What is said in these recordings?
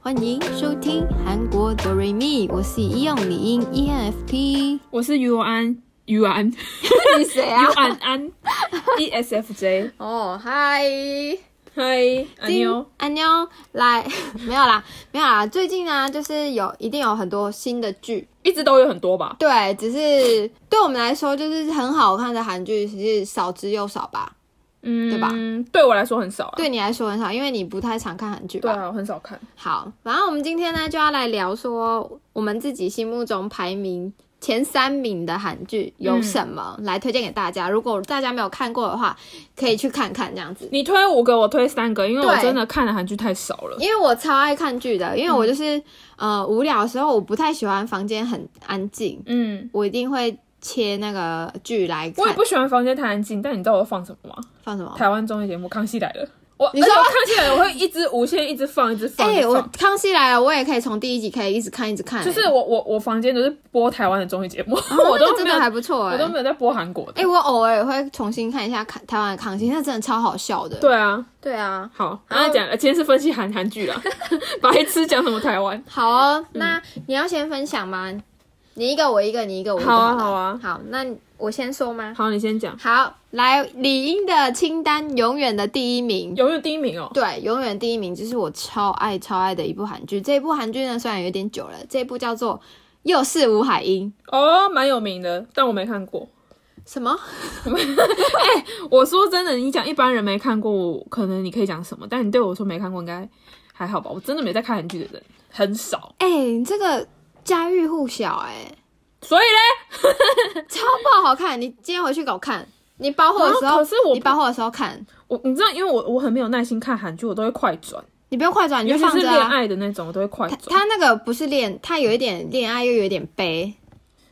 欢迎收听韩国哆瑞咪，我是医用李英，E ENFP。我是于文安，于文安， 你谁啊于安安，ESFJ，E 哦，嗨，嗨，安妞，安妞，来， 没有啦，没有啦。最近呢，就是有一定有很多新的剧，一直都有很多吧？对，只是对我们来说，就是很好看的韩剧，其实少之又少吧。嗯，对吧？对我来说很少啊。对你来说很少，因为你不太常看韩剧吧？对啊，我很少看。好，然后我们今天呢就要来聊说我们自己心目中排名前三名的韩剧有什么、嗯来推荐给大家。如果大家没有看过的话，可以去看看这样子。你推五个，我推三个，因为我对真的看的韩剧太少了。因为我超爱看剧的，因为我就是、呃无聊的时候，我不太喜欢房间很安静，嗯，我一定会切那个剧来我看。也不喜欢房间太安静，但你知道我放什么吗？放什么？台湾综艺节目《康熙来了》。我你说而且我康熙来了，我会一直无限一直放，一直 放，哎、一直我放。康熙来了，我也可以从第一集可以一直看一直看、就是哎我我我房间都是播台湾的综艺节目，哦那我都个真没有的还不错哎、我都没有在播韩国哎、的。我偶尔也会重新看一下看台湾的康熙，那真的超好笑的。对啊，对啊，好，然那后讲，今天是分析韩 韩剧啦，白痴讲什么台湾？好哦，嗯那你要先分享吗？你一个，我一个，你一个，我一个。好啊了好啊好，那我先说吗？好，你先讲，好，来，李英的清单永远的第一名。永远第一名哦。对，永远第一名就是我超爱超爱的一部韩剧。这一部韩剧呢，虽然有点久了，这一部叫做《又是吴海英哦，蛮有名的，但我没看过。》。什么？我说真的，你讲一般人没看过，我可能你可以讲什么，但你对我说没看过，应该还好吧？我真的没在看韩剧的人很少，哎、你这个家喻户晓、所以嘞，哎，超爆好看！你今天回去给我看，你包货的时啊候，可是我你包货的时候看，我你知道，因为我我很没有耐心看韩剧，我都会快转，你不用快转，你尤就其放是着、恋啊。爱的那种，我都会快他转。他那个不是恋，他有一点恋爱，又有一点悲，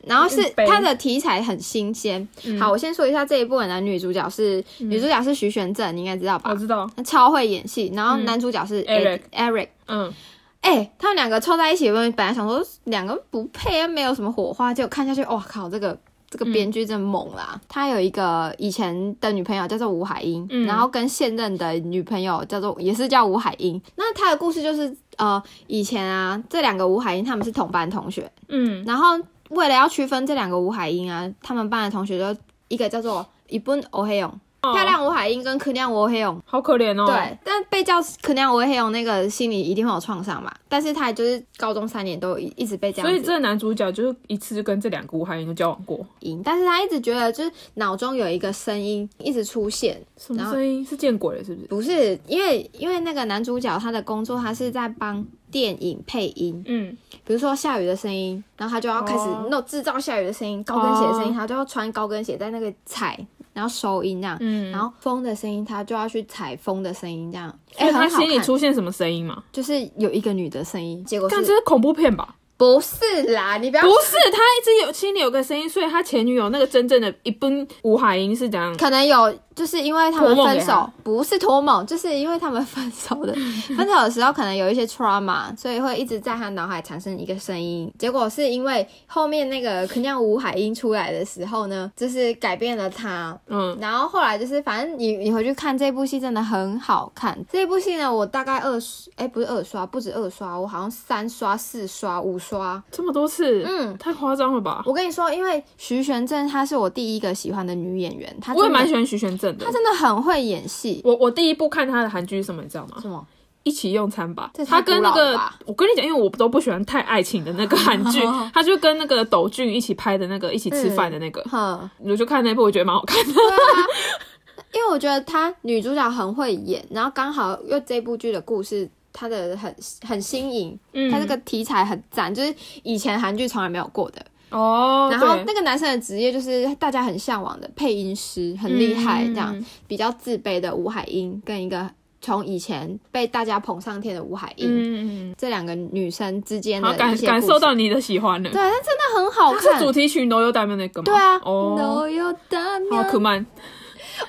然后是有点悲他的题材很新鲜。嗯好，我先说一下这一部的男女主角是、女主角是徐玄正，你应该知道吧我？知道，他超会演戏，然后嗯男主角是 Eric Eric。嗯，哎、他们两个凑在一起，我本来想说两个不配，没有什么火花，结果看下去，哇靠，这个这个编剧真猛啦！他有一个以前的女朋友叫做吴海英，嗯然后跟现任的女朋友叫做也是叫吴海英。那他的故事就是，呃，以前啊，这两个吴海英他们是同班同学，嗯，然后为了要区分这两个吴海英啊，他们班的同学就一个叫做一本欧黑勇，哦漂亮吴海英跟可亮吴黑勇。好可怜哦。，对，但被叫可能我会有那个心理一定会有创伤嘛。但是他就是高中三年都一一直被这所以样子这男主角就是一次就跟这两个吴海英都交往过。赢，但是他一直觉得就是脑中有一个声音一直出现，什么然后声音？是见鬼了，是不是？不是因为因为那个男主角他的工作他是在帮电影配音，嗯，比如说下雨的声音，然后他就要开始哦弄制造下雨的声音，高跟鞋的声音，哦他就要穿高跟鞋在那个踩，然后收音这样。嗯然后风的声音，他就要去踩风的声音，这样，哎、哎，很他好心里看。出现什么声音吗？就是有一个女的声音，结果是但这是恐怖片吧？不是啦，你不要不，是，他一直有心里有个声音，所以他前女友那个真正的一奔吴海英是怎样？可能有，就是因为他们托梦分给手，不是托梦，就是因为他们分手 的，分手的时候可能有一些 trauma，所以会一直在他脑海产生一个声音。结果是因为后面那个肯定吴海英出来的时候呢，就是改变了他。嗯，然后后来就是，反正你你回去看这部戏真的很好看。这部戏呢，我大概二刷，哎，不是二刷，不止二刷，我好像三刷、四刷、五刷。这么多次，嗯，太夸张了吧？我跟你说，因为徐玄正她是我第一个喜欢的女演员，她我也真的蛮喜欢徐玄正的她。真的很会演戏。我我第一部看他的韩剧是什么，你知道吗？什 么？一起用餐吧啊这。太他跟那古老了个吧，，我跟你讲，因为我都不喜欢太爱情的那个韩剧 他就跟那个斗剧一起拍的那个一起吃饭的那个，哼，我就看那部，我觉得蛮好看 的。啊因为我觉得她女主角很会演，然后刚好又这部剧的故事，她的很很新颖，嗯她这个题材很赞，就是以前韩剧从来没有过的。哦，然后对那个男生的职业就是大家很向往的配音师，很厉害，这样、嗯比较自卑的吴海英跟一个从以前被大家捧上天的吴海英。嗯，嗯这两个女生之间嗯的好感一些感故受事到你的喜欢了。对，但真的很好是看。主题曲《No You d i 那个吗？对啊，哦，有大好可曼。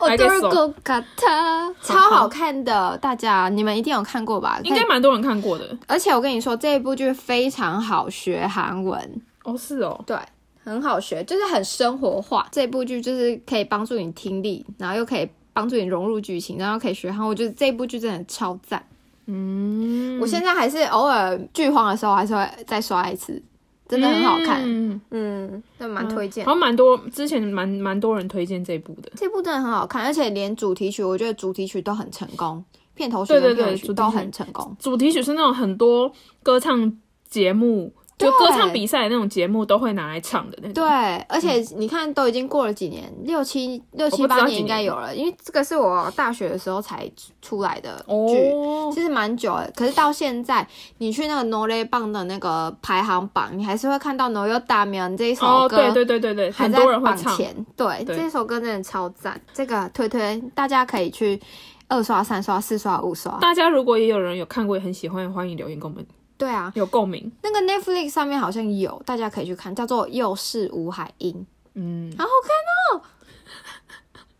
来个手够卡他，超好看的，大家你们一定有看过吧？应该可以蛮多人看过的。而且我跟你说，这一部剧非常好学韩文，哦，是哦，对，很好学，就是很生活化。这部剧就是可以帮助你听力，然后又可以帮助你融入剧情，然后可以学韩文。我觉得这部剧真的超赞。嗯，我现在还是偶尔剧荒的时候，还是会再刷一次，真的很好看。嗯嗯，那蛮推荐好。像蛮多之前蛮蛮多人推荐这部的。这部真的很好看，而且连主题曲，我觉得主题曲都很成功，片头曲对跟对对片尾曲主题都曲很成功。主题曲是那种很多歌唱节目，就对歌唱比赛那种节目都会拿来唱的那种。对，而且你看，都已经过了几年，六七六七嗯我不知道八几年应该年有了，因为这个是我大学的时候才出来的剧，哦，其实蛮久的。可是到现在，你去那个 n o l e 棒的那个排行榜，你还是会看到 “No You Da m i n 这一首哦，歌，对对对对对，还很在多人会榜唱。前。对，对这首歌真的超赞，这个推推大家可以去二刷、三刷、四刷、五刷。大家如果也有人有看过，也很喜欢，欢迎留言跟我们对啊，有共鸣。那个 Netflix 上面好像有，大家可以去看，叫做《又是吴海英嗯，》，好好看哦。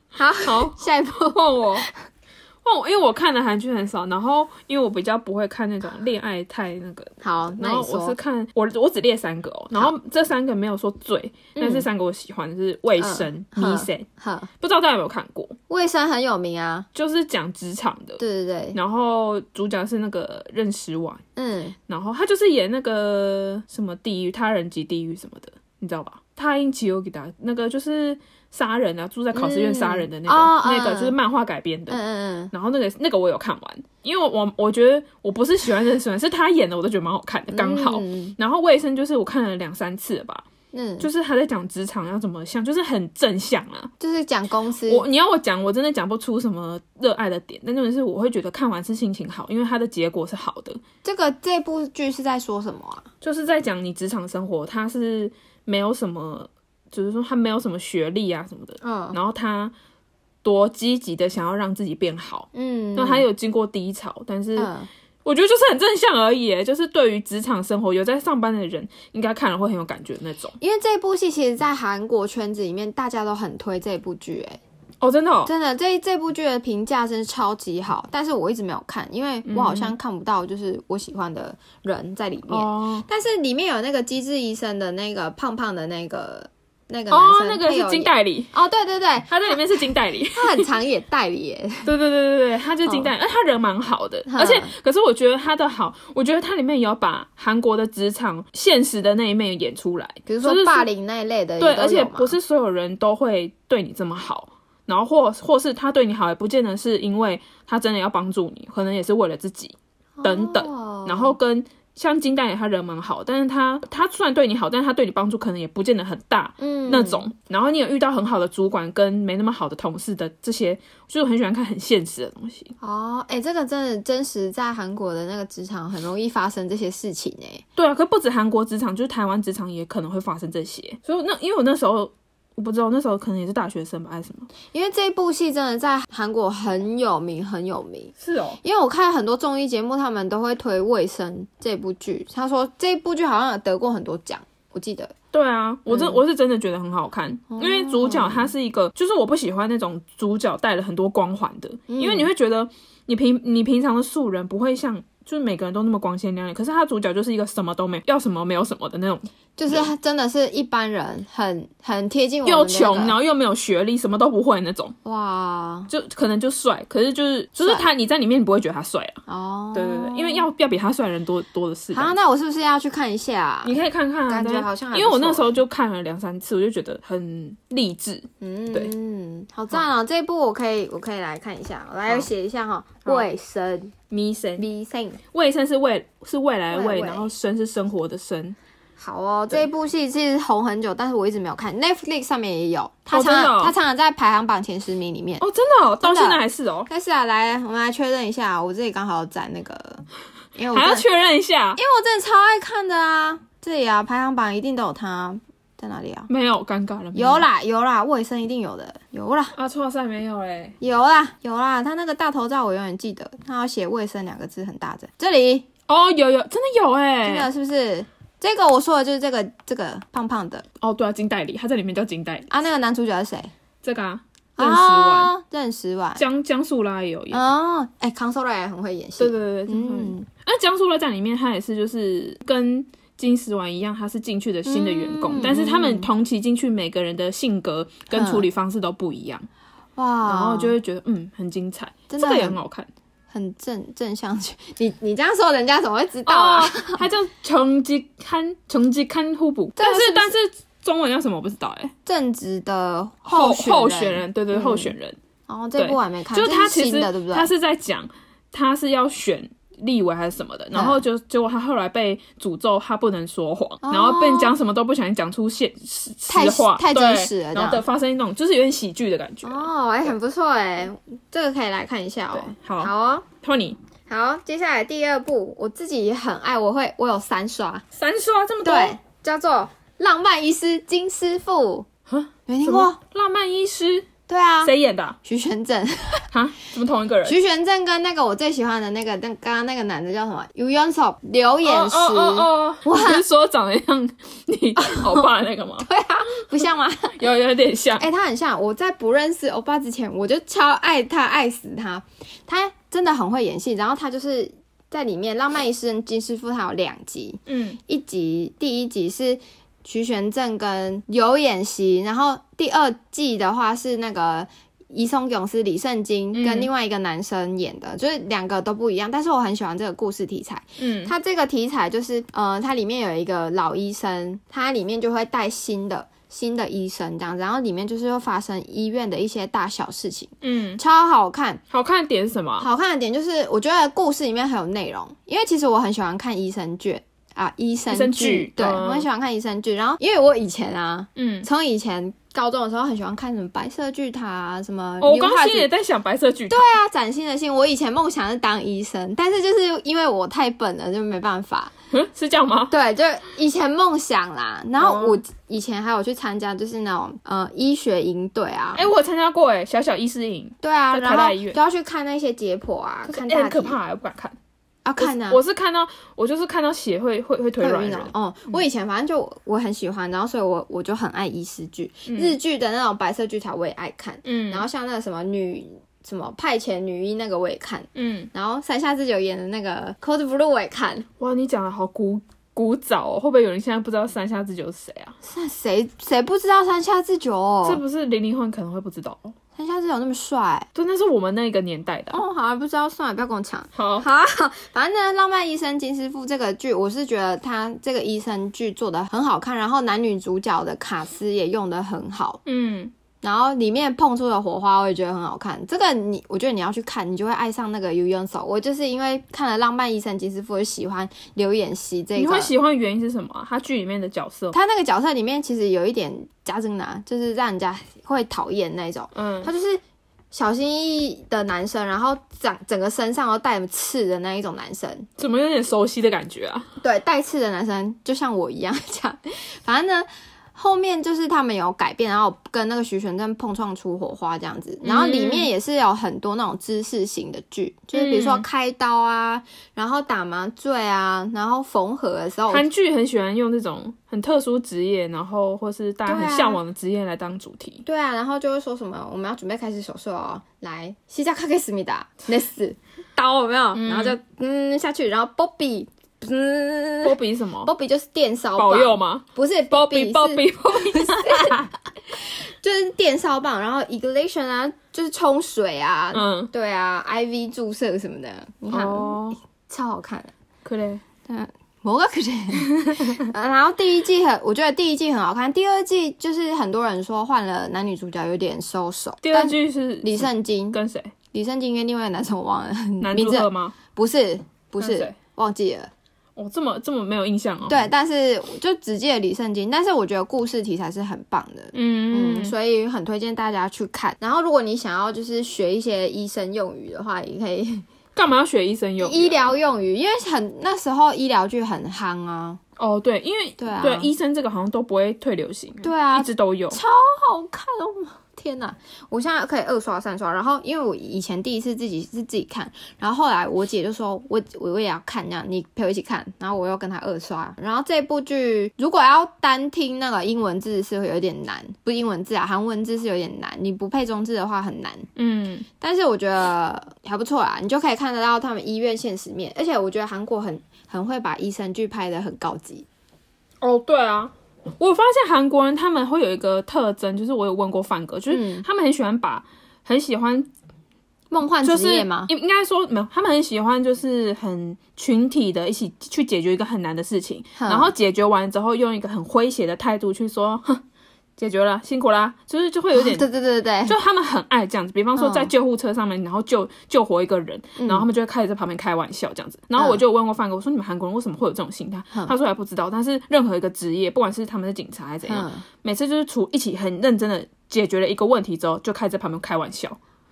好，好，下一步换我，换哦我，因为我看的韩剧很少，然后因为我比较不会看那种恋爱太那个，好，然那后你我是说看我我只列三个哦，然后这三个没有说最，但这三个我喜欢的是《卫生》《嗯迷谁》，呵，不知道大家有没有看过，卫生很有名啊，就是讲职场的，对对对，然后主角是那个任时完，嗯，然后他就是演那个什么地狱、他人及地狱什么的，你知道吧？他因吉欧给他那个就是杀人啊，住在考试院杀人的那嗯个、哦那个嗯就是漫画改编的。嗯嗯然后那个那个我有看完，因为我我觉得我不是喜欢任时完，是他演的我都觉得蛮好看的，嗯，刚好。嗯然后卫生就是我看了两三次了吧，嗯，就是他在讲职场要怎么像，就是很正向啊。就是讲公司，我你要我讲，我真的讲不出什么热爱的点，但重点是我会觉得看完是心情好，因为它的结果是好的，这个这部剧是在说什么啊？就是在讲你职场生活，他是没有什么，就是说他没有什么学历啊什么的，嗯然后他多积极的想要让自己变好，嗯，那他有经过低潮，但是嗯我觉得就是很正向而已耶，就是对于职场生活有在上班的人，应该看了会很有感觉的那种。因为这部戏其实，在韩国圈子里面，大家都很推这部剧、欸，哦，真的、哦，真的，这这部剧的评价真是超级好，但是我一直没有看，因为嗯我好像看不到就是我喜欢的人在里面。哦但是里面有那个机智医生的那个胖胖的那个那个男哦，生，那个他有是演金代理，哦，对对对，他在里面是金代 理。他很常演代理耶，对对对对对，他就金哦蛋，哎、他人蛮好的，哼而且可是我觉得他的好，我觉得他里面也有把韩国的职场现实的那一面演出来，比如 就说是霸凌那一类的也都对，有嘛，而且不是所有人都会对你这么好，然后或或是他对你好，也不见得是因为他真的要帮助你，可能也是为了自己，等等哦然后跟。像金蛋也他人蛮好，但是他他虽然对你好，但是他对你帮助可能也不见得很大，嗯那种，然后你有遇到很好的主管跟没那么好的同事的这些，所以我很喜欢看很现实的东西。哦，哎、这个真的真实在韩国的那个职场很容易发生这些事情哎，对啊，可不止韩国职场，就是台湾职场也可能会发生这些。所以那因为我那时候我不知道，那时候可能也是大学生吧，还是什么？因为这部戏真的在韩国很有名，很有名。是哦，因为我看很多综艺节目，他们都会推《卫生》这部剧。他说这部剧好像有得过很多奖，我记得。对啊，我嗯真、我是真的觉得很好看，哦因为主角他是一个，就是我不喜欢那种主角带了很多光环的，嗯因为你会觉得你平你平常的素人不会像。就是每个人都那么光鲜亮丽，可是他主角就是一个什么都没有，要什么没有什么的那种，就是他真的是一般人很很贴近我们、那又个穷，然后又没有学历，什么都不会那种，哇就可能就帅，可是就是就是帅他你在里面你不会觉得他帅啊，哦，对对对，因为要要比他帅的人多多的是吧。啊，那我是不是要去看一下、你可以看看啊，感觉但好像还不错因为我那时候就看了两三次，我就觉得很励志。嗯，对嗯，好赞哦！这一部我可以我可以来看一下，我来好写一下哈、好卫生迷生迷生。卫生是未是未来的未未，未然后生是生活的生。好哦，这一部戏其实红很久，但是我一直没有看，Netflix 上面也有，它哦常真的常、哦它常常在排行榜前十名里面。哦，真的哦，真到的现在还是哦，但是啊，来，我们来确认一下，我这里刚好在那个，因为哦我还真要的确认一下因。为我真的超爱看的啊，这里啊排行榜一定都有它，在哪里啊？没有，尴尬了。没有啦有啦，卫生一定有的，有啦啊，错赛没有哎。有啦有啦，他那个大头照我永远记得，他要写卫生两个字很大的，这里哦，有有，真的有真哎。的是不是？这个我说的就是这个这个胖胖的哦，对啊，金代理，他在里面叫金代理。啊，那个男主角是谁？这个啊，认识完。哦，任时完江江素拉也有演。哦，哎、康受瑞也很会演戏，对对对对，嗯。嗯，那江苏乐在里面，他也是就是跟金石丸一样，他是进去的新的员工，嗯但是他们同期进去，每个人的性格跟处理方式都不一样，哇，然后就会觉得嗯很精彩，啊真这的个也很很好看。很正正向去。你你这样说，人家怎么会知道哦 啊？，它叫成绩看成绩看互补，但是是不是但是中文叫什么我不知道哎、正直的候选人，候选人，对对嗯候选人，哦，这部对我还没看，就是这他是其新实的，对不对？他是在讲他是要选立委还是什么的，然后就结果他后来被诅咒他不能说谎，然后被讲什么都不小心讲出现实太实话，太对真实了这样然后的发生一种就是有点喜剧的感觉。哦，哎、很不错哎，这个可以来看一下哦。对好好哦，托尼好，接下来第二部，我自己也很爱，我会，我有三刷，三刷这么多，对，叫做《浪漫医师金师傅》，没听过？浪漫医师对啊，谁演的啊？徐玄正， 哈怎么同一个人？徐玄正跟那个我最喜欢的那个，但刚刚那个男的叫什么 y u y o n s o 刘演哦石，哦哦哦！我是说长得像你欧巴那 个吗？对啊，不像吗？有有点像， 哎、他很像我在不认识欧巴之前，我就超爱他，爱死他。他真的很会演戏，然后他就是在里面《浪漫医生金师傅》，他有两集，嗯，一集第一集是徐玄正跟有演习，然后第二季的话是那个。移松勇是李圣经跟嗯另外一个男生演的，就是两个都不一样，但是我很喜欢这个故事题材。嗯，它这个题材就是，呃，它里面有一个老医生，它里面就会带新的新的医生这样子，然后里面就是会发生医院的一些大小事情，嗯，超好看。好看的点是什么啊？好看的点就是，我觉得故事里面很有内容，因为其实我很喜欢看医生剧啊，医生医生剧剧，对、嗯我很喜欢看医生剧。然后因为我以前啊，嗯，从以前高中的时候很喜欢看什么白色巨塔啊，什么哦我牛刚化刚子心里也在想白色巨塔，对啊，崭新的信。我以前梦想是当医生，但是就是因为我太笨了，就没办法。嗯，是这样吗？ 对，就以前梦想啦。然后哦我以前还有去参加，就是那种呃医学营队啊。哎、我有参加过哎、小小医师营，对啊，在然台大后医院就要去看那些解剖啊，看哎大很体可怕、我不敢看。啊，看啊。我是看到我就是看到血会会会腿会有软那的种人，哦，我以前反正就我我很喜欢，然后所以我我就很爱医师剧，日剧的那种白色巨塔我也爱看，嗯然后像那个什么女什么派遣女医那个我也看，嗯，然后山下智久演的那个 Code Blue 我也看，哇，你讲的好古古早哦，会不会有人现在不知道三下智久是谁啊？那谁谁不知道山下智久、这哦？不是零零后你可能会不知道哦。山下智久那么帅对，那是我们那个年代的啊、哦，好像不知道，算了，不要跟我抢。好，好、反正呢，《浪漫医生金师傅》这个剧，我是觉得他这个医生剧做的很好看，然后男女主角的卡斯也用的很好，嗯，然后里面碰出的火花，我也觉得很好看。这个你，我觉得你要去看，你就会爱上那个 Yu y o n s o 我就是因为看了《浪漫医生金师傅》，就喜欢刘演熙这你个会。喜欢的原因是什么啊、他剧里面的角色，他那个角色里面其实有一点家政男，就是让人家会讨厌那种。嗯他就是小心翼翼的男生，然后长整个身上都带刺的那一种男生。怎么有点熟悉的感觉啊？对，带刺的男生就像我一样这样。反正呢，后面就是他们有改变，然后跟那个徐玄正碰撞出火花这样子。然后里面也是有很多那种知识型的剧，就是比如说嗯开刀啊，然后打麻醉啊，然后缝合的时候，韩剧很喜欢用这种很特殊职业，然后或是大家对啊很向往的职业来当主题。对啊，然后就会说什么我们要准备开始手术哦，来西加卡给思密达类似刀有没有？然后就嗯下去，然后 Bobby 嗯波比是什么？ Bobby 就是电烧棒保佑吗不是？Bobby Bobby 是 Bobby Bobby，就是电烧棒，然后 Ignition 啊就是冲水啊，嗯，对啊 IV 注射什么的，你看、哦，超好看的。可嘞，某个可是，呃 然后第一季很，我觉得第一季很好看，第二季就是很多人说换了男女主角有点收手。第二但句是李圣经跟谁？李圣经跟另外一个男生我忘了 男嗯名祝字，贺吗？不是不跟是谁，忘记了。哦，这么这么没有印象哦。，对，但是我就只记得李圣经，但是我觉得故事题材是很棒的。嗯嗯，，所以很推荐大家去看。然后，如果你想要就是学一些医生用语的话，也可以干嘛要学医生用医？疗用语，啊因为很那时候医疗剧很夯啊，哦，对，因为对啊医生这个好像都不会退流行，对啊一直都有。好好看哦！ 天哪，我现在可以二刷三刷。然后，因为我以前第一次自己是自己看，然后后来我姐就说我我我也要看，这样你陪我一起看。然后我又跟她二刷。然后这部剧如果要单听那个英文字是会有点难，不是英文字啊，韩文字是有点难，你不配中字的话很难。嗯，但是我觉得还不错啦，你就可以看得到他们医院现实面，而且我觉得韩国很很会把医生剧拍得很高级。哦，对啊，我发现韩国人他们嗯会有一个特征，就是我有问过范哥，就是他们很喜欢把很喜欢梦幻就职是业吗？应应该说没有，他们很喜欢就是很群体的一起去解决一个很难的事情，嗯然后解决完之后用一个很诙谐的态度去说，哼，解决了，辛苦啦，就是就会有 点对对对对对，就他们很爱这样子，比方说嗯在救护车上面，然后救救活一个人，然后他们就会开始在旁边开玩笑这样子。然后我就问过范哥，我说你们韩国人为什么会有这种心态？嗯他说还不知道，但是任何一个职业，不管是他们是警察还是怎样，嗯，每次就是处一起很认真的解决了一个问题之后，就开始在旁边开玩笑，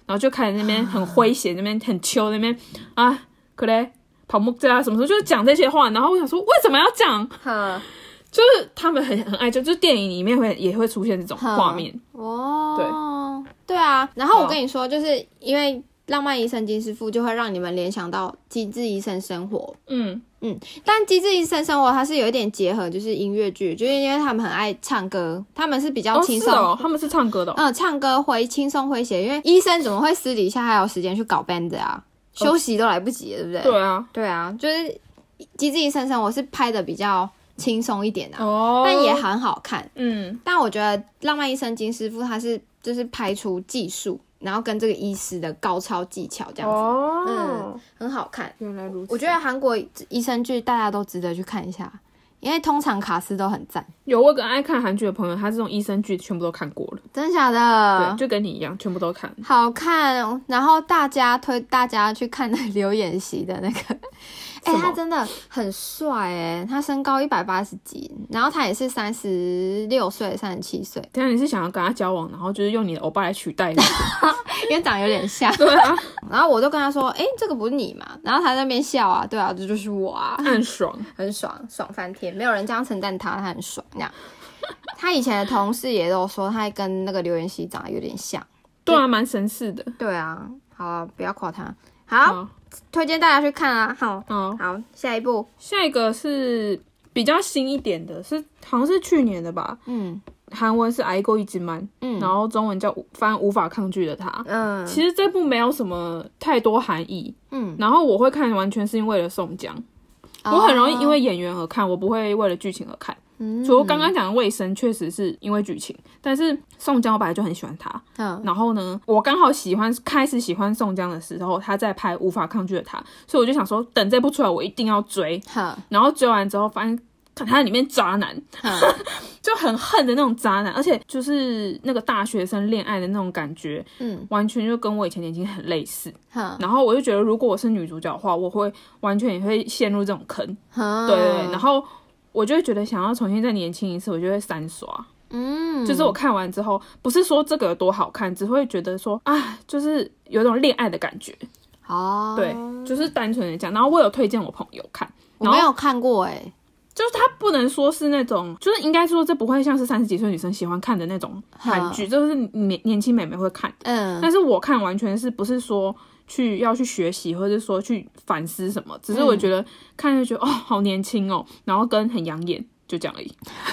然后就开始那边很诙谐，那边很秋那边啊，可嘞。跑木这啊，什么时候就是讲这些话，然后我想说为什么要讲？哼就是他们很很爱就，就是电影里面会也会出现这种哼画面，哦，对啊。然后我嗯跟你说，就是因为《浪漫医生金师傅》就会让你们联想到《机智医生生活》，嗯，但《机智医生生活》它是有一点结合，就是音乐剧，就是因为他们很爱唱歌，他们是比较哦轻是松。哦，他们是唱歌的哦、嗯，唱歌会轻松诙谐，因为医生怎么会私底下还有时间去搞 band 啊？休息都来不及了，对不对？哦对啊，对啊，就是《机智医生生活》是拍的比较轻松一点的、啊，哦但也很好看。嗯，但我觉得《浪漫医生金师傅》他是就是拍出技术，然后跟这个医师的高超技巧这样子，哦，很好看。原来如此。我觉得韩国医生剧大家都值得去看一下，因为通常卡斯都很赞，有我有个爱看韩剧的朋友，他这种医生剧全部都看过了，真的假的对，？就跟你一样，全部都看。好看哦，然后大家推大家去看那个刘演熙的那 个，哎、什么他真的很帅哎，他身高一百八十几，然后他也是三十六岁、三十七岁， 等一下你是想要跟他交往，然后就是用你的欧巴来取 代你？因为长得有点像。 对啊，然后我就跟他说：“哎、这个不是你嘛？”然后他在那边笑啊，对啊，这就是我啊，暗爽。很爽，爽翻天，没有人这样称赞他，他很爽。那 样，他以前的同事也都说他跟那个刘元熙长得有点像。 对啊，蛮神似的。对啊，好啊不要夸他。好，，推荐大家去看啊。好，好，好，下一部，下一个是比较新一点的，是好像是去年的吧。嗯韩文是《挨过一只蛮》，嗯然后中文叫《翻无法抗拒的他》。嗯其实这部没有什么太多含义，嗯，然后我会看完全是因为了宋江。哦我很容易因为为演员而看，我不会为了剧情而看。嗯除了刚刚讲的卫生，确实是因为剧情，但是宋江我本来就很喜欢他。嗯然后呢，我刚好喜欢开始喜欢宋江的时候，他在拍《无法抗拒的他》，所以我就想说，等这部出来，我一定要追。好然后追完之后，发现看他在里面渣男， 好就很恨的那种渣男，而且就是那个大学生恋爱的那种感觉，嗯完全就跟我以前年轻很类似。好然后我就觉得，如果我是女主角的话，我会完全也会陷入这种坑。好，对对，对然后我就会觉得想要重新再年轻一次，我就会三刷。嗯就是我看完之后，不是说这个有多好看，只会觉得说啊，就是有种恋爱的感觉，哦，对，就是单纯的讲。然后我有推荐我朋友看，我没有看过哎，就是它不能说是那种，就是应该说这不会像是三十几岁女生喜欢看的那种韩剧，就是年年轻美眉会看。嗯但是我看完全是不是说去要去学习，或者说去反思什么，只是我觉嗯得、看就觉得哦好年轻哦，然后跟很养眼，就这样而已。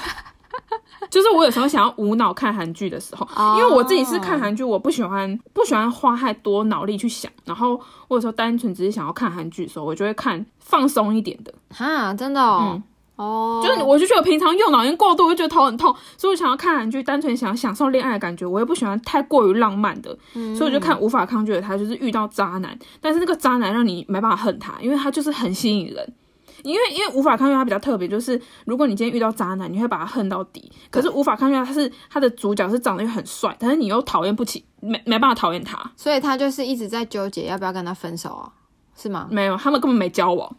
就是我有时候想要无脑看韩剧的时候，哦因为我自己是看韩剧，我不喜欢不喜欢花太多脑力去想，然后我有时候单纯只是想要看韩剧的时候，我就会看放松一点的，哈，真的哦嗯，哦，就是我就觉得平常用脑筋过度，我就觉得头很痛，所以我想要看韩剧，单纯想要享受恋爱的感觉。我也不喜欢太过于浪漫的，所以我就看《无法抗拒的他》，就是遇到渣男，但是那个渣男让你没办法恨他，因为他就是很吸引人。因为因为无法抗拒他比较特别，就是如果你今天遇到渣男，你会把他恨到底。可是无法抗拒他他是他的主角是长得又很帅，但是你又讨厌不起，没没办法讨厌他。所以他就是一直在纠结要不要跟他分手啊，是吗？没有，他们根本没交往。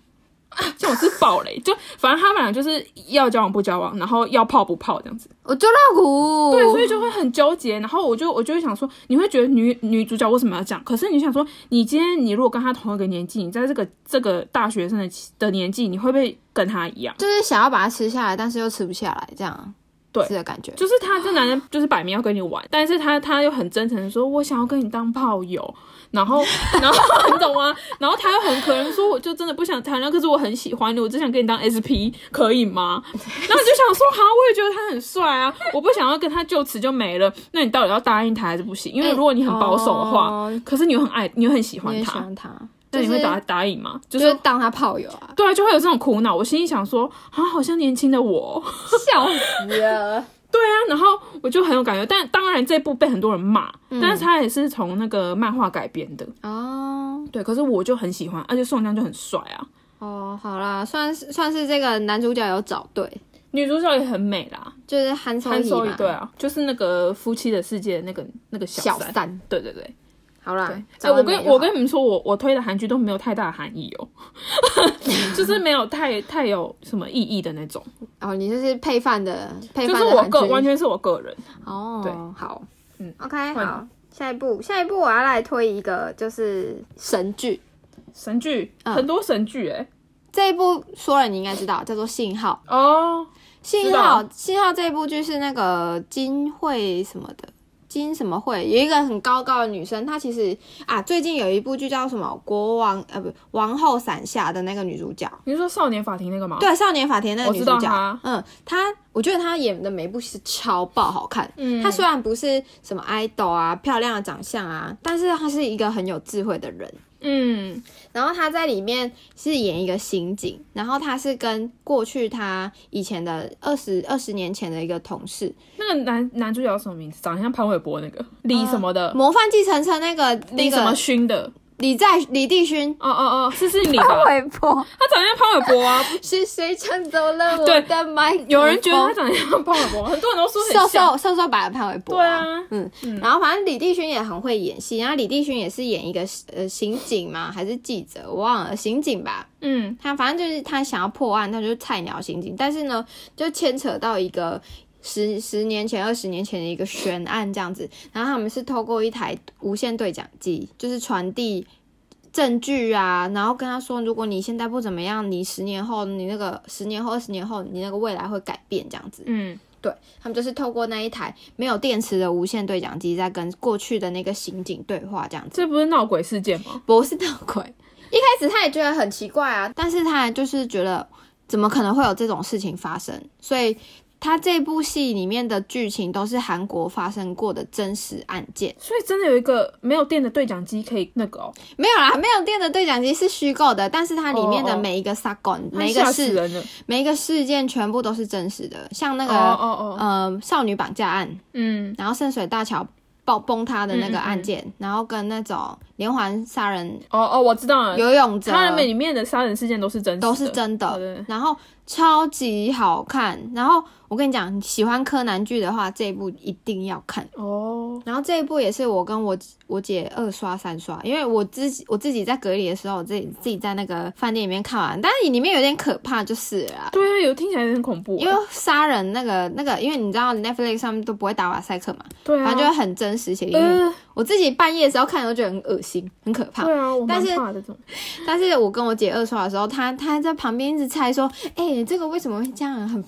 这种是暴雷，就反正他们俩就是要交往不交往，然后要泡不泡这样子。我就绕苦，对，所以就会很纠结。然后我就我就会想说，你会觉得女女主角为什么要这样？可是你想说，你今天你如果跟她同一个年纪，你在这个这个大学生的的年纪，你会不会跟她一样？就是想要把它吃下来，但是又吃不下来，这样对是的感觉。就是他这男人就是摆明要跟你玩，但是他他又很真诚的说，我想要跟你当炮友，然后 然后你懂吗？然后他又很可能说，我就真的不想谈恋爱，可是我很喜欢你，我只想跟你当 SP，可以吗？然后你就想说，哈，我也觉得他很帅啊，我不想要跟他就此就没了。那你到底要答应他还是不行？因为如果你很保守的话，哎哦可是你又很爱，你又很喜你欢也喜他，欢他，那你就会是答答应吗？就就是是当他炮友 啊，对啊，就会有这种苦恼。我心里想说，啊，好像年轻的我，笑死了。对啊，然后我就很有感觉，但当然这部被很多人骂，但是它也是从那个漫画改编的，哦对，可是我就很喜欢，而且宋江就很帅啊，哦，好啦，算是算是这个男主角有找对，女主角也很美啦，就是韩秋韩怡收一嘛，对啊，就是那个夫妻的世界那个那个小小三，三，对对对，好对啦，，哎，找我完美跟就我好跟你们说，我我推的韩剧都没有太大的含义哦， 就是没有太太有什么意义的那种，哦，你就是配饭的，配就饭是的我韩个剧完全是我个人，哦，对好，嗯，OK，换好，下一步，下一步我要来推一个就是神剧，神剧嗯很多神剧哎，这一部说了你应该知道，叫做《信号》。哦，信知号道，信号这一部剧是那个金惠什么的。金什么惠有一个很高高的女生，她其实啊，最近有一部剧叫什么《国王》呃，不，《王后伞下》的那个女主角，你是说少年法庭那个吗？对，《少年法庭》那个啊我女知主道角她，嗯，她我觉得她演的每一部戏超爆好看，嗯，她虽然不是什么 idol 啊，漂亮的长相啊，但是她是一个很有智慧的人。嗯然后她在里面是演一个刑警，然后她是跟过去她以前的二十二十年前的一个同事，那个男男主角什么名字？长得像潘玮柏那个李什么的，模范继承车那个呃那李什么个勋的？李在李帝勋，哦哦哦，是是你吧？玮柏他长得像潘玮柏啊，是谁抢走了我对的麦克风？有人觉得他长得像潘玮柏，很多人都说瘦很像。瘦瘦瘦版的潘玮柏、对啊，嗯，然后反正李帝勋也很会演戏，然后李帝勋也是演一个呃刑警嘛，还是记者，我忘了刑警吧，嗯，他反正就是他想要破案，他就是菜鸟刑警，但是呢，就牵扯到一个十十年前、二十年前的一个悬案这样子。然后他们是透过一台无线对讲机，就是传递证据啊，然后跟他说，如果你现在不怎么样，你十年后，你那个十年后、二十年后，你那个未来会改变这样子。嗯，对他们就是透过那一台没有电池的无线对讲机，在跟过去的那个刑警对话这样子。这不是闹鬼事件吗？不是闹鬼。 一开始他也觉得很奇怪啊，但是他就是觉得怎么可能会有这种事情发生，所以他这部戏里面的剧情都是韩国发生过的真实案件，所以真的有一个没有电的对讲机可以那个哦，没有啦，没有电的对讲机是虚构的，但是它里面的哦哦每一个 s a g o n 每一吓个死事人了。每一个事件全部都是真实的，像那哦个、哦哦，呃少女绑架案，嗯，然后圣水大桥爆崩塌的那嗯个嗯嗯案件，然后跟那种连环杀人哦哦，我知道了。游泳者，他们里面的杀人事件都是真实的，都是真好的，的。然后超级好看。然后我跟你讲，你喜欢柯南剧的话，这一部一定要看。哦，然后这一部也是我跟我我姐二刷三刷，因为我自己我自己在隔离的时候，我自己自己在那个饭店里面看完，但是里面有点可怕就是了啦。对啊，有听起来有点恐怖欸，因为杀人那个那个，因为你知道 Netflix 上面都不会打瓦赛克嘛，对啊，反正就会很真实血淋淋。呃，我自己半夜的时候看，我觉得很恶心，很可怕。对啊，我蛮但是怕这种。但是我跟我姐二刷的时候，她她在旁边一直猜说，哎、这个为什么会这样，很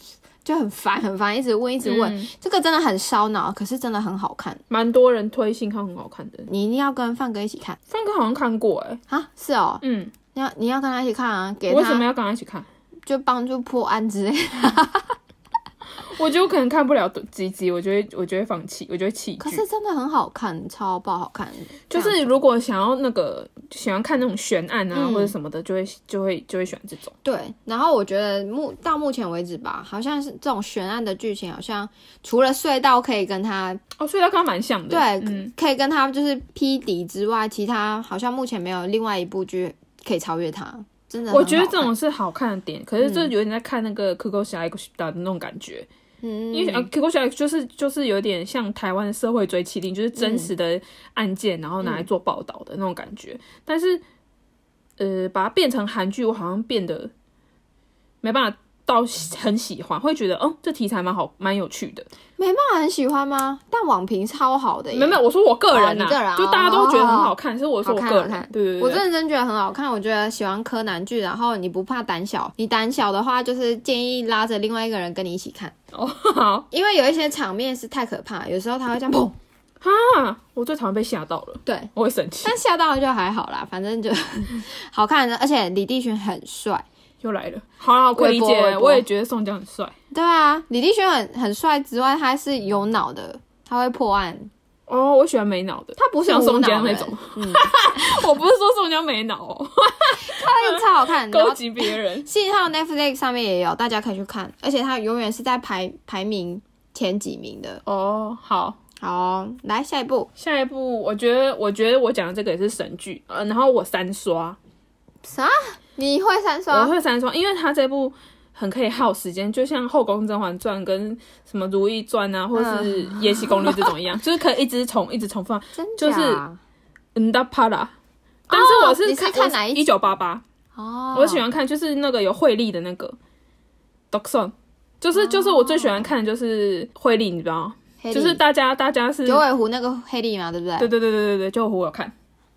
就很烦很烦，一直问一直问，嗯这个真的很烧脑，可是真的很好看，蛮多人推信号很好看的，你一定要跟范哥一起看范哥好像看过哎、啊，是哦，嗯，你要你要跟他一起看啊，给我为什么他要跟他一起看？就帮助破案之类的，我觉得我可能看不了几集，我就会我就会放弃，我就会弃剧。可是真的很好看，超爆好看，就这样是如果想要那个喜欢看那种悬案啊、嗯或者什么的，就会就会就会选这种。对。然后我觉得目到目前为止吧，好像是这种悬案的剧情，好像除了隧道可以跟他哦，所以他跟他蛮像的。对，嗯，可以跟他就是匹敌之外，其他好像目前没有另外一部剧可以超越他。真的很好看，我觉得这种是好看的点，可是这有点在看那个《可口小爱》的那种感觉，嗯，因为呃，《可口小爱》就是就是有点像台湾的社会追妻令，就是真嗯实的案件，然后拿来做报道的那种感觉。但是，呃，把它变成韩剧，我好像变得没办法到很喜欢，会觉得哦，这题材蛮好，蛮有趣的。没办法很喜欢吗？但网评超好的耶，没有没有，我说我个人哎哦呐、你个人哦就大家都觉得很好看，是我说好我看个好人看，对对我对对。认真觉得很好看，我觉得喜欢柯南剧，然后你不怕胆小，你胆小的话就是建议拉着另外一个人跟你一起看， 哦，好因为有一些场面是太可怕，有时候他会这样砰，啊，我最讨厌被吓到了，对，我会生气。但吓到了就还好啦，反正就 好看，而且李帝勋很帅，又来了，好啦，我可以微理波微解，波我也觉得宋江很帅。对啊，李立轩很很帅之外，他是有脑的，他会破案，哦，我喜欢没脑的，他不是像无宋脑江的人那种。 嗯，我不是说宋江没脑、哦，他超好 看。然勾后及别人。信号 Netflix 上面也有，大家可以去看，而且他永远是在排排名前几名的。哦，好，好哦、来下一部下一部我觉得，我觉得我讲的这个也是神剧，呃，然后我三刷，啥？你会三我刷？会三刷，因为它这部很可以耗时间，就像《后宫甄嬛传》跟什么《如懿传》啊，或是嗯《延禧攻略》这种一 样，就是可以一直重一直重放。真假就是嗯，到啪啦。但是我是哦你是看哪一一九八八，哦，我喜欢看就是那个有惠利的那个 d o c s o n 就是就是我最喜欢看的就是惠利，你知道吗？黑就是莉大家大家是九尾狐那个黑莉嘛，对不对？对对对对对对，就我有看，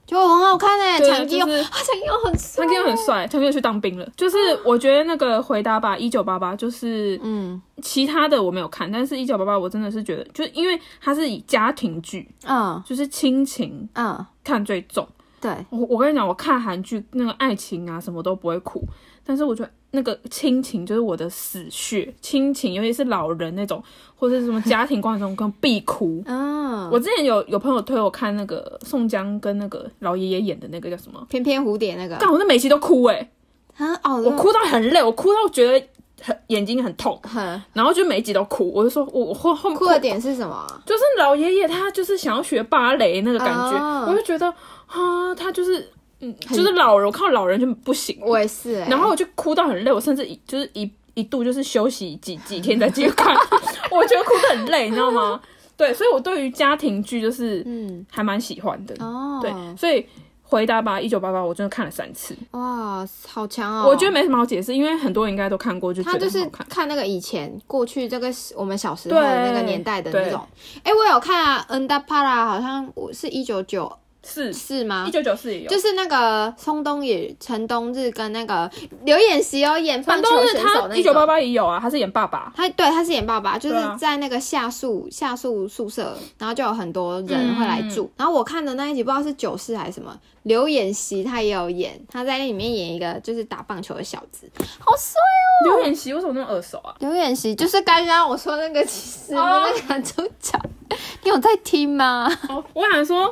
九尾狐很好看诶，对长基友就是啊， 长基友很帅，他哥很帅，他哥去当兵了。就是我觉得那个回答吧，一九八八就是嗯其他的我没有看，但是一九八八我真的是觉得，就是因为它是以家庭剧，嗯就是亲情嗯，看最重。对，我我跟你讲，我看韩剧那个爱情啊什么都不会哭，但是我觉得那个亲情就是我的死穴，亲情尤其是老人那种，或者是什么家庭关系中更必哭。 嗯，我之前有有朋友推我看那个宋江跟那个老爷爷演的那个叫什么？翩翩蝴蝶那个，干，我那每期都哭欸诶、很哦，我哭到很累，我哭到觉得很眼睛很痛，很然后就每一集都哭。我就说我我后后哭的点是什么啊？就是老爷爷他就是想要学芭蕾那个感觉，哦我就觉得啊，他就是嗯，就是老人，我看到老人就不行，我也是欸诶，然后我就哭到很累，我甚至一就是一一度就是休息几几天再继续看， 我觉得哭得很累，你知道吗？对，所以我对于家庭剧就是嗯还蛮喜欢的，哦，对，所以。回答吧，一九八八，我真的看了三次，哇，好强哦！我觉得没什么好解释，因为很多人应该都看过，就觉他得就是很好看。看那个以前过去这个我们小时候的那个对年代的那种。哎、我有看啊，《恩达帕拉》好像我是一九九是四吗一？九九四也有，啊就是那个松东野、陈东日跟那个刘演熙有演棒反球正是选手他那一九八个。八也有啊，他是演爸爸，他对，他是演爸爸，就是对啊在那个下宿下宿宿舍，然后就有很多人会来住。然后我看的那一集不知道是九四还是什么，刘演熙他也有演，他在那里面演一个就是打棒球的小子，好帅刘演熙为什么那么耳熟啊？刘演熙就是刚刚我说那个其实哦那个男主角，你有在听吗？ 哦，我想说，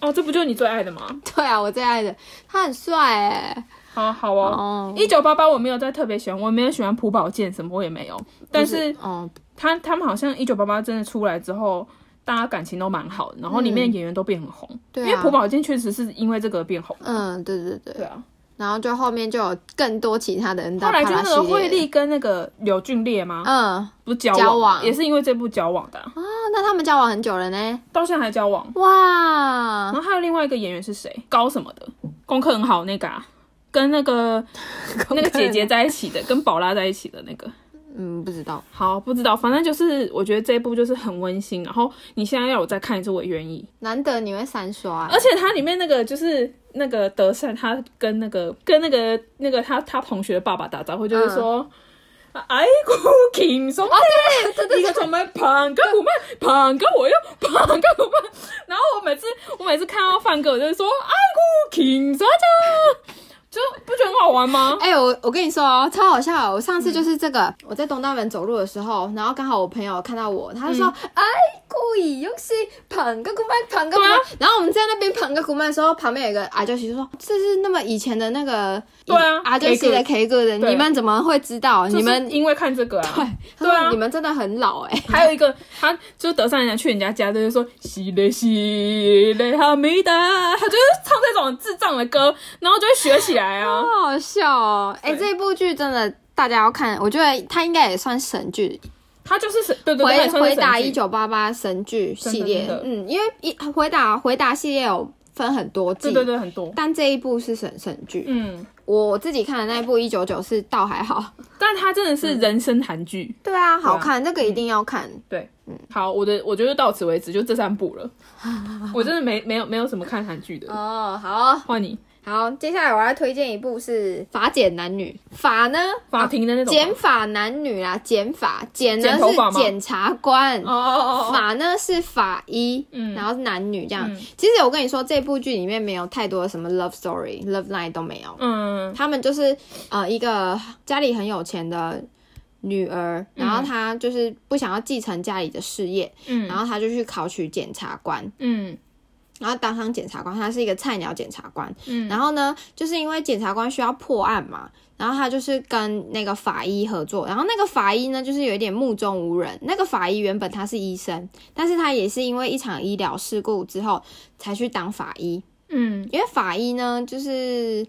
哦，这不就是你最爱的吗？对啊，我最爱的，他很帅哎、好好哦。哦，一九八八我没有在特别喜欢，我没有喜欢朴宝剑什么，我也没有。但是哦，他他们好像一九八八真的出来之后，大家感情都蛮好的，然后里面的演员都变很红，嗯对因为啊朴，宝剑确实是因为这个变红。嗯，对对对，对啊，然后就后面就有更多其他的人到后来就帕拉那个系列惠利跟那个柳俊烈吗？嗯，不是交交往吗，往也是因为这部交往的啊，哦那他们交往很久了呢，到现在还交往。哇啊然，后还有另外一个演员是谁？高什么的，功课很好那个、啊，跟那个那个姐姐在一起的，跟宝拉在一起的那个。嗯，不知道，好，不知道，反正就是我觉得这一部就是很温馨。然后你现在要我再看一次，我也愿意。难得你会三刷、而且它里面那个就是那个德善，他跟那个跟那个那个他他同学的爸爸打招呼，就是说。哎，我轻松，哦一个专门胖哥我们胖哥我又胖哥我们，然后我每次我每次看到范哥，我就会说哎，我轻松的，就不觉得很好玩吗？哎、我我跟你说哦，超好笑哦！我上次就是这个，我在东大门走路的时候，然后刚好我朋友看到我，他就说：“哎、故意又是捧个古曼，捧个古曼。然后我们在那边捧个古曼的时候，旁边有一个阿娇媳就说：“这是那么以前的那个对啊阿娇媳的 K 歌的，对你们怎么会知道？就是你们哎因为看这个啊，他说对啊你们真的很老哎、还有一个他就是德善人去人家家，就是说西嘞西嘞哈密达，他就是唱这种智障的歌，然后就会学起来啊。好好笑哦！哎、对这部剧真的大家要看，我觉得它应该也算神剧，他就是神对对对，回他算是回答神剧一九八八神剧系列真的，真嗯，因为一回答回答系列有分很多季，对对对很多，但这一部是神神剧。嗯，我自己看的那一部一九九是倒还 好，但他真的是嗯人生韩剧。对啊，好看，这个一定要看。对，嗯好，我的我觉得到此为止，就这三部 了。我真的没没有没有什么看韩剧的，哦，好换你好，接下来我要推荐一部是《法检男女》，法呢？法庭的那种减法男女啊啦，减法减呢剪头发是吗检察官，哦哦哦哦，法呢是法医，嗯然后是男女这样。嗯其实我跟你说，这部剧里面没有太多的什么 love story、love line 都没有，嗯他们就是呃一个家里很有钱的女儿，然后她就是不想要继承家里的事业，嗯然后她就去考取检察官。嗯然后当上检察官，他是一个菜鸟检察官。嗯，然后呢，就是因为检察官需要破案嘛，然后他就是跟那个法医合作，然后那个法医呢，就是有一点目中无人。那个法医原本他是医生，但是他也是因为一场医疗事故之后才去当法医。嗯，因为法医呢，就是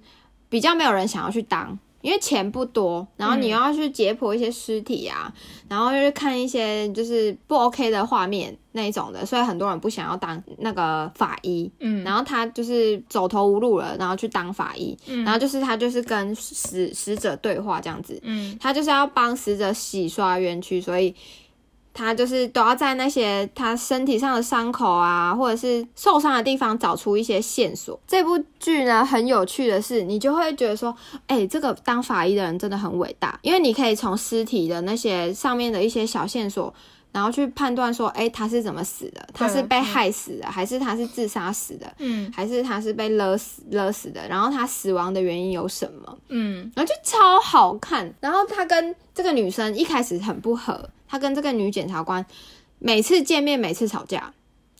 比较没有人想要去当，因为钱不多，然后你又要去解剖一些尸体啊，然后又去看一些就是不 OK 的画面那一种的，所以很多人不想要当那个法医。嗯，然后他就是走投无路了，然后去当法医，嗯然后就是他就是跟死死者对话这样子，嗯，他就是要帮死者洗刷冤屈，所以他就是都要在那些他身体上的伤口啊，或者是受伤的地方找出一些线索。这部剧呢很有趣的是，你就会觉得说，哎、这个当法医的人真的很伟大，因为你可以从尸体的那些上面的一些小线索。然后去判断说，哎，他是怎么死的？他是被嗯害死的，还是他是自杀死的？嗯还是他是被勒死勒死的？然后他死亡的原因有什么？嗯然后就超好看。然后他跟这个女生一开始很不合，他跟这个女检察官每次见面每次吵架，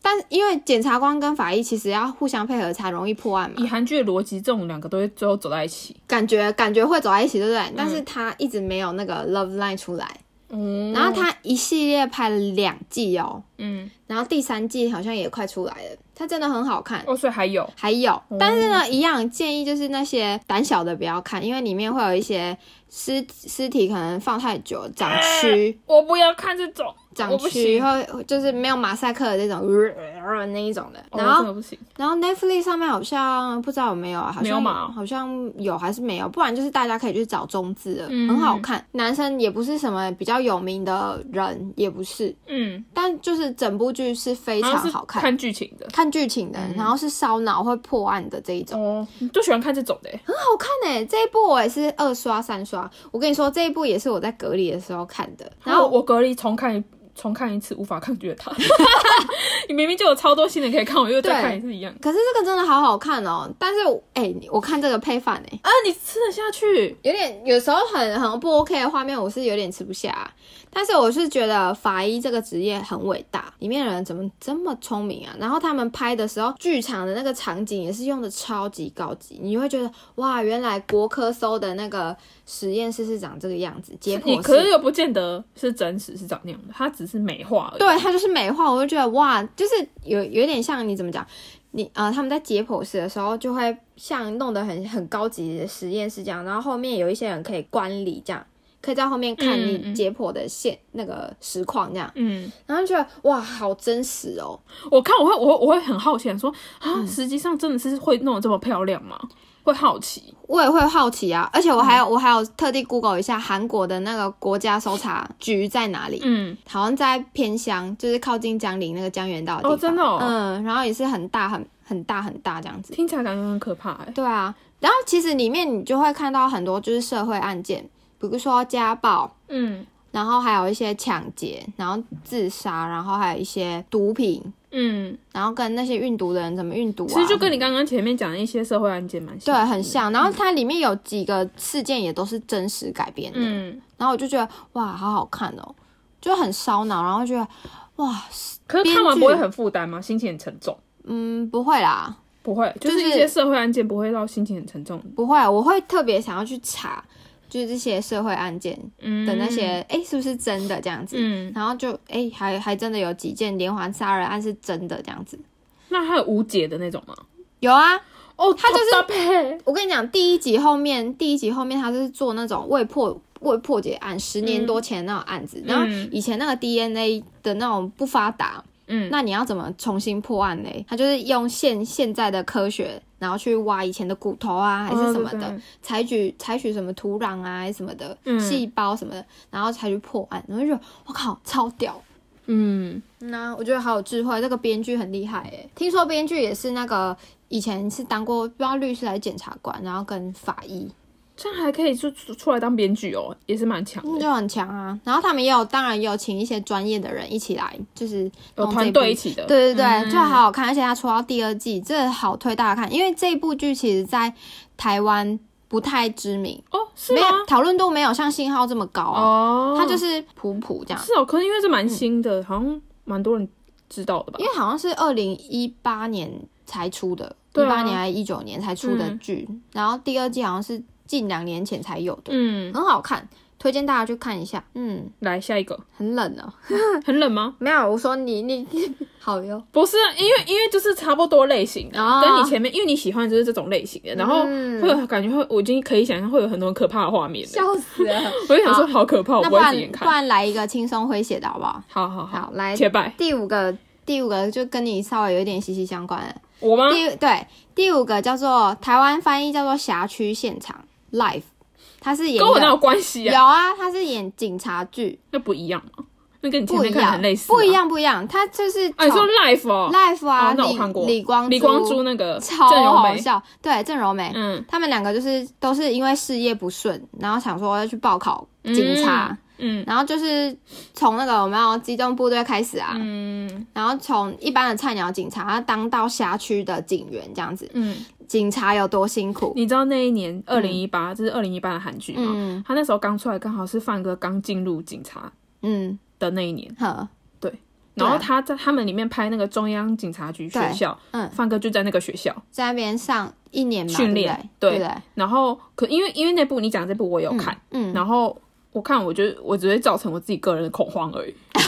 但因为检察官跟法医其实要互相配合才容易破案嘛以，韩剧的逻辑，这种两个都会最后走在一起。感觉感觉会走在一起，对不对？但是他一直没有那个 love line 出来。嗯然后他一系列拍了两季哦，嗯，然后第三季好像也快出来了，它真的很好看。哦，所以还有，还有，哦但是呢，一样建议就是那些胆小的不要看，因为里面会有一些尸尸体可能放太久长蛆，我不要看这种，长哎我不蛆行，哦或就是没有马赛克的这种、呃那一种的。我然哦真后，的不行。然后 Netflix 上面好像不知道有没有啊，好没有像嘛好像有还是没有，不然就是大家可以去找中字的，嗯很好看。男生也不是什么比较有名的人，也不是，嗯，但就是整部剧是非常然后嗯是好看。看嗯剧情的。看剧情的，然后是烧脑会破案的这一种。哦，你就喜欢看这种的欸。很好看哎、这一部我也是二刷三刷。我跟你说，这一部也是我在隔离的时候看的。然然后后哦我隔离重看一重看一次，无法抗拒的 他。你明明就有超多新的可以看，我又再看一次一样。可是这个真的好好看哦、但是哎、你我看这个配饭哎、啊，你吃得下去？有点有时候很很不 OK 的画面，我是有点吃不下、但是我是觉得法医这个职业很伟大，里面的人怎么这么聪明啊？然后他们拍的时候，剧场的那个场景也是用的超级高级，你会觉得哇，原来国科搜的那个实验室是长这个样子，解你剖可室是又不见得是真实是长那样的，它只是美化而已。对，它就是美化，我就觉得哇，就是有有点像你怎么讲，你呃他们在解剖室的时候就会像弄得很很高级的实验室这样，然后后面有一些人可以观礼这样。可以在后面看嗯你解剖的现、那个实况这样，嗯，然后就觉得哇，好真实哦！我看我会我会我会很好奇，想说啊，嗯实际上真的是会弄得这么漂亮吗？会好奇，我也会好奇啊，而且我还有、我还有特地 Google 一下韩国的那个国家搜查局在哪里，嗯，好像在偏乡，就是靠近江陵那个江原道的地哦方。真的哦嗯，然后也是很大很很大很大这样子。听起来感觉很可怕哎、对啊，然后其实里面你就会看到很多就是社会案件，比如说家暴，嗯然后还有一些抢劫，然后自杀，然后还有一些毒品，嗯，然后跟那些运毒的人怎么运毒啊，其实就跟你刚刚前面讲的一些社会案件蛮对像。很像。然后它里面有几个事件也都是真实改编的，嗯，然后我就觉得哇，好好看哦，就很烧脑，然后觉得哇，可是看编完剧不会很负担吗？心情很沉重。嗯，不会啦，不会，就就是是一些社会案件不会到心情很沉重不会，我会特别想要去查，就是这些社会案件的的那些，哎、是不是真的这样子？嗯，然后就哎、诶还还真的有几件连环杀人案是真的这样子。那还有无解的那种吗？有啊，哦，他就是是我跟你讲，第一集后面，第一集后面他就是做那种未破未破解案，十年嗯多前那种案子。然后以前那个 DNA 的那种不发达，嗯那你要怎么重新破案嘞？他就是用现现在的科学，然后去挖以前的骨头啊，还哦是什么的，采取采取什么土壤啊，还是什么的嗯细胞什么的，然后才去破案。然后就觉得我靠，超屌！嗯，嗯啊，我觉得好有智慧，这个编剧很厉害诶。听说编剧也是那个以前是当过不知道律师还是检察官，然后跟法医，这样还可以就出出来当编剧哦，也是蛮强嗯，的，就很强啊。然后他们也有，当然也有请一些专业的人一起来，就是有弄这哦团部队一起的，对对对，嗯就好好看，而且它出到第二季，这好推大家看，因为这部剧其实在台湾不太知名，哦，是没吗？有讨论度没有像信号这么高、啊，哦，它就是嗯普普这样。是哦，可是因为这蛮新的，好像蛮多人知道的吧因？为好像是二零一八年才出的，一对八、啊年还是一九年才出的嗯剧，然后第二季好像是近两年前才有的，嗯，很好看，推荐大家去看一下。嗯，来下一个，很冷哦，很冷吗？没有，我说你 你好哟，不是啊，因为因为就是差不多类型的，哦跟你前面，因为你喜欢就是这种类型的，然后嗯会有感觉会，我已经可以想象会有很多可怕的画面 了。笑死 了。我就想说，好可怕，我那不不会自然己不看。然来一个轻松诙谐的好不好？好好好，好，来切拜第五个，第五个就跟你稍微有一点息息相关了。我吗？第对第五个叫做台湾翻译叫做辖区现场 live，它是演一跟我哪个有关系啊？有啊，它是演警察剧，那不一样吗？那跟你前不面一看的样很类，似，啊不一。样，不一样，它就是啊，你说从 life 哦， live 啊，哦那我李看过李光李光洙那个超郑容好美，笑，对郑柔美，嗯，他们两个就是都是因为事业不顺，然后想说要去报考警察，嗯，然后就是从那个我们要机动部队开始啊，嗯然后从一般的菜鸟警察，他当到辖区的警员这样子，嗯，警察有多辛苦？你知道那一年二零一八，这是二零一八的韩剧吗？嗯他那时候刚出来，刚好是范哥刚进入警察嗯，的那一年，呵，对然后他在他们里面拍那个中央警察局学校，嗯，范哥就在那个学校，在那边上一年嘛，训练对不对对然后可因为因为那部你讲这部我有对不对，看，嗯，嗯，然后我看，我觉得我只会造成我自己个人的恐慌而已，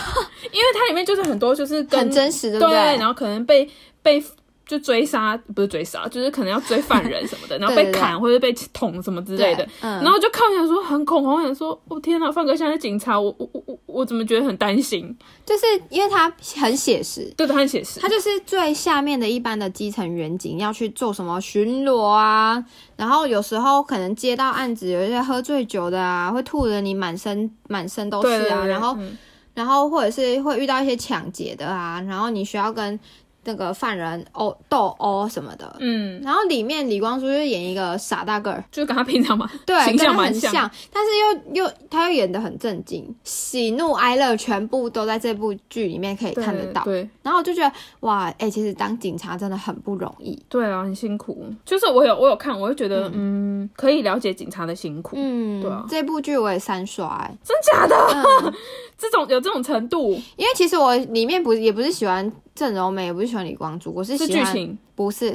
因为它里面就是很多就是跟很真实，对对不对？然后可能被被就追杀，不是追杀，就是可能要追犯人什 么的，然后对被对对砍或者被捅什么之类的。对，嗯，然后我就看我想说很恐慌，我想说我、哦、天哪，范哥现在是警察，我我我我我怎么觉得很担心？就是因为他很写实。对的，很写实。他就是最下面的一般的基层员警，要去做什么巡逻啊，然后有时候可能接到案子，有一些喝醉酒的啊，会吐的你满身满身都是对啊，对对，然后嗯然后或者是会遇到一些抢劫的啊，然后你需要跟那个犯人殴斗殴什么的。嗯，然后里面李光洙就演一个傻大个儿，就跟他平常嘛，对，形跟象他很蛮像，但是又又他又演的很正经，喜怒哀乐全部都在这部剧里面可以对看得到。对然后我就觉得哇，哎、其实当警察真的很不容易。对啊，很辛苦。就是我有我有看，我就觉得嗯可以了解警察的辛苦。嗯，对啊这部剧我也三刷、哎 真假的？嗯这种有这种程度因为其实我里面不也不是喜欢郑柔美，也不是喜欢李光洙，我是是喜剧欢情不是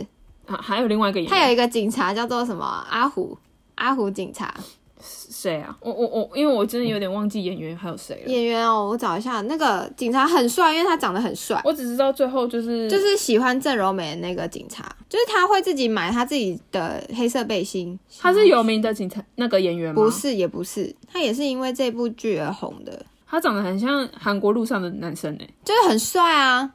啊？还有另外一个演员他有一个警察叫做什么啊阿虎，阿虎警察谁啊？我我我，因为我真的有点忘记演员还有谁了。演员哦，我找一下，那个警察很帅，因为他长得很帅，我只知道最后就是就是喜欢郑柔美的那个警察，就是他会自己买他自己的黑色背心，嗯他是有名的警察那个演员吗？不，是也不是，他也是因为这部剧而红的，他长得很像韩国路上的男生哎、就是很帅啊，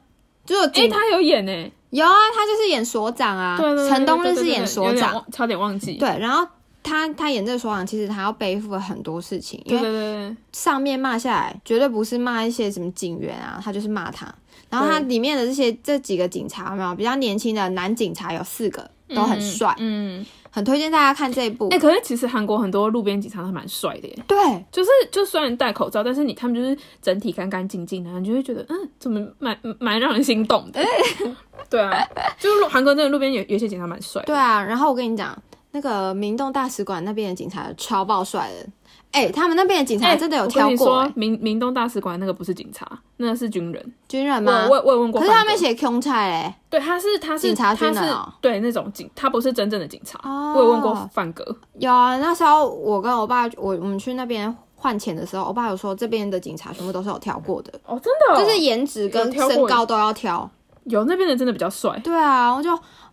就有欸，哎、警、他有演哎、有啊，他就是演所长啊，对对对，陈东对日对是对演对所有点长，忘差点忘记。对，然后。他他演这个所长，其实他要背负了很多事情，因对为对对上面骂下来，绝对不是骂一些什么警员啊，他就是骂他。然后他对里面的这些这几个警察，有没有比较年轻的男警察有四个，对，都很嗯帅，嗯，很推荐大家看这一部。哎、可是其实韩国很多路边警察都蛮帅的耶。对就是，就虽然戴口罩，但是你他们就是整体干干净净的，你就会觉得，嗯，怎么蛮蛮让人心动哎的。 对啊，就是路韩国那个路边有有些警察蛮帅的。对啊，然后我跟你讲，那个明洞大使馆那边的警察超爆帅的，哎、他们那边的警察哎真的有我挑跟你过、说哎，明明东大使馆那个不是警察，那个是军人。军人我吗？我我也问过可范是他哥，们写哎 Q 菜嘞，对他是他是警察他军人是哦对那种警，他不是真正的警察。哦我也问过范哥，有啊，那时候我跟我爸，我我们去那边换钱的时候，我爸有说这边的警察全部都是有挑过的。哦，真的哦、就是颜值跟有挑身过高都要挑。有那边的真的比较帅。对啊，我就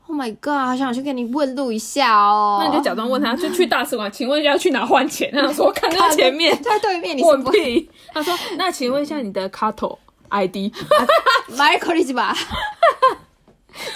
Oh my God，好想去跟你问路一下哦。那你就假装问他，就去大使馆，请问一下要去哪换钱？他说看 看到前面，在对面，你是 问不屁。他说那请问一下你的 c a t o ID？ Michael 是吧？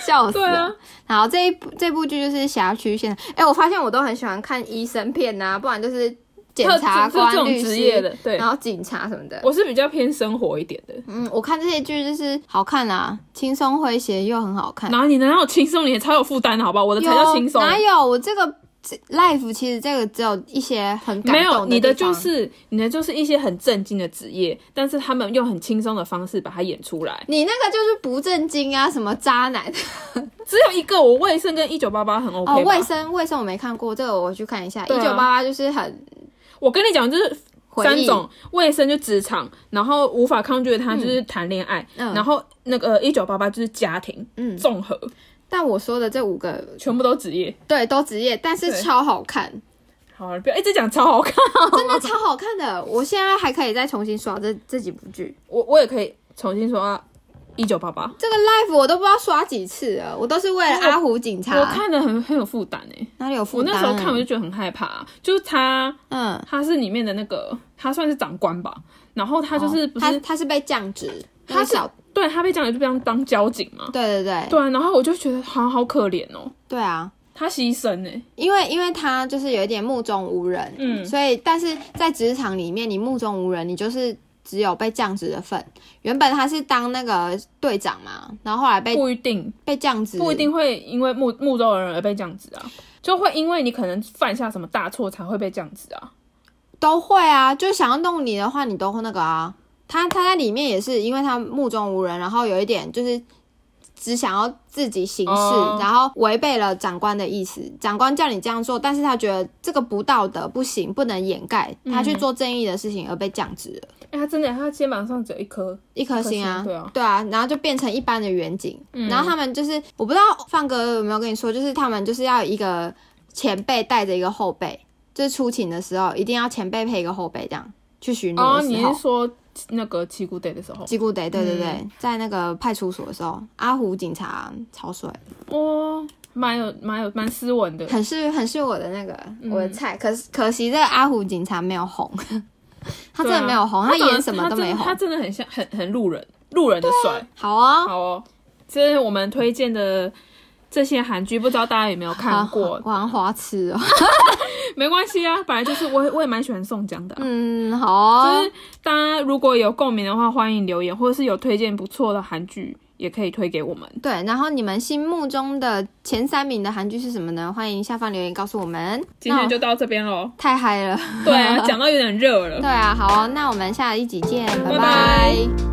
笑死对啊了！，然后这一部这部剧就是辖区现在，哎，我发现我都很喜欢看医生片呐、不然就是检察他官这、律种职业师，的，对然。后警察什么的。我是比较偏生活一点的，嗯，我看这些剧就是好看啊，轻松诙谐又很好看。哪你哪有轻松？你才有负担，好不好？我的才叫轻松。哪有我这个这 life？其实这个只有一些很感没有，动你的的地方就是你的就是一些很正经的职业，但是他们用很轻松的方式把它演出来。你那个就是不正经啊，什么渣男只有一个我卫生跟一九八八很 OK 吧哦，卫生卫生我没看过，这个我去看一下。一对啊九八八就是很我跟你讲，就是回三忆种卫生就职场，然后无法抗拒的他就是谈恋爱，嗯然后那个一九八八就是家庭嗯，综合。但我说的这五个，全部都职业。对，都职业，但是对超好看，好了，不要一直讲超好看， 真的超好看的。我现在还可以再重新刷这这几部剧，我我也可以重新说啊一九八八，这个 live 我都不知道刷几次了，我都是为了阿虎警我察。看的很很有负担哎。哪里有负我担那啊？时候看我就觉得很害怕、啊就是他嗯，他是里面的那个，他算是长官吧，然后哦他就是不他是、他是被降职，他那个是小对他被这样就被当当交警嘛，对对对对啊，然后我就觉得好好可怜哦，对啊，他牺牲哎，因为因为他就是有一点目中无人，嗯所以但是在职场里面，你目中无人，你就是只有被降职的份。原本他是当那个队长嘛，然后后来被不一定被降职，不一定会因为目目中人而被降职啊，就会因为你可能犯下什么大错才会被降职啊，都会啊，就想要弄你的话，你都会那个啊。他他在里面也是，因为他目中无人，然后有一点就是只想要自己行事，哦然后违背了长官的意思。长官叫你这样做，但是他觉得这个不道德，不行，不能掩盖他去做正义的事情而被降职了，哎、他真的他肩膀上只有一颗，一颗星一颗星对啊对啊，然后就变成一般的远景。嗯然后他们就是，我不知道范哥有没有跟你说，就是他们就是要一个前辈带着一个后辈，就是出勤的时候一定要前辈配一个后辈，这样去巡逻哦，的时你候。是嗯说那个七姑 day 的时候？吉古得，对对对，在那个派出所的时候，阿虎警察超帅，哦，蛮有蛮有蛮斯文的，很是很是我的那个、嗯我的菜。可是可惜这个阿虎警察没有红， 他真的没有红，对啊他演什么都他真的没他红。真的很像很很路人路人的帅。好啊、好哦，这是我们推荐的这些韩剧，不知道大家有没有看过？我好像花痴哦。 没关系啊，本来就是我我也蛮喜欢宋江的啊、嗯，好啊、就是大家如果有共鸣的话，欢迎留言，或者是有推荐不错的韩剧，也可以推给我们。对，然后你们心目中的前三名的韩剧是什么呢？欢迎下方留言告诉我们。今天那我就到这边喽。太嗨了， 对啊，讲到有点热了哦对。啊，好啊、那我们下一集见，拜拜拜拜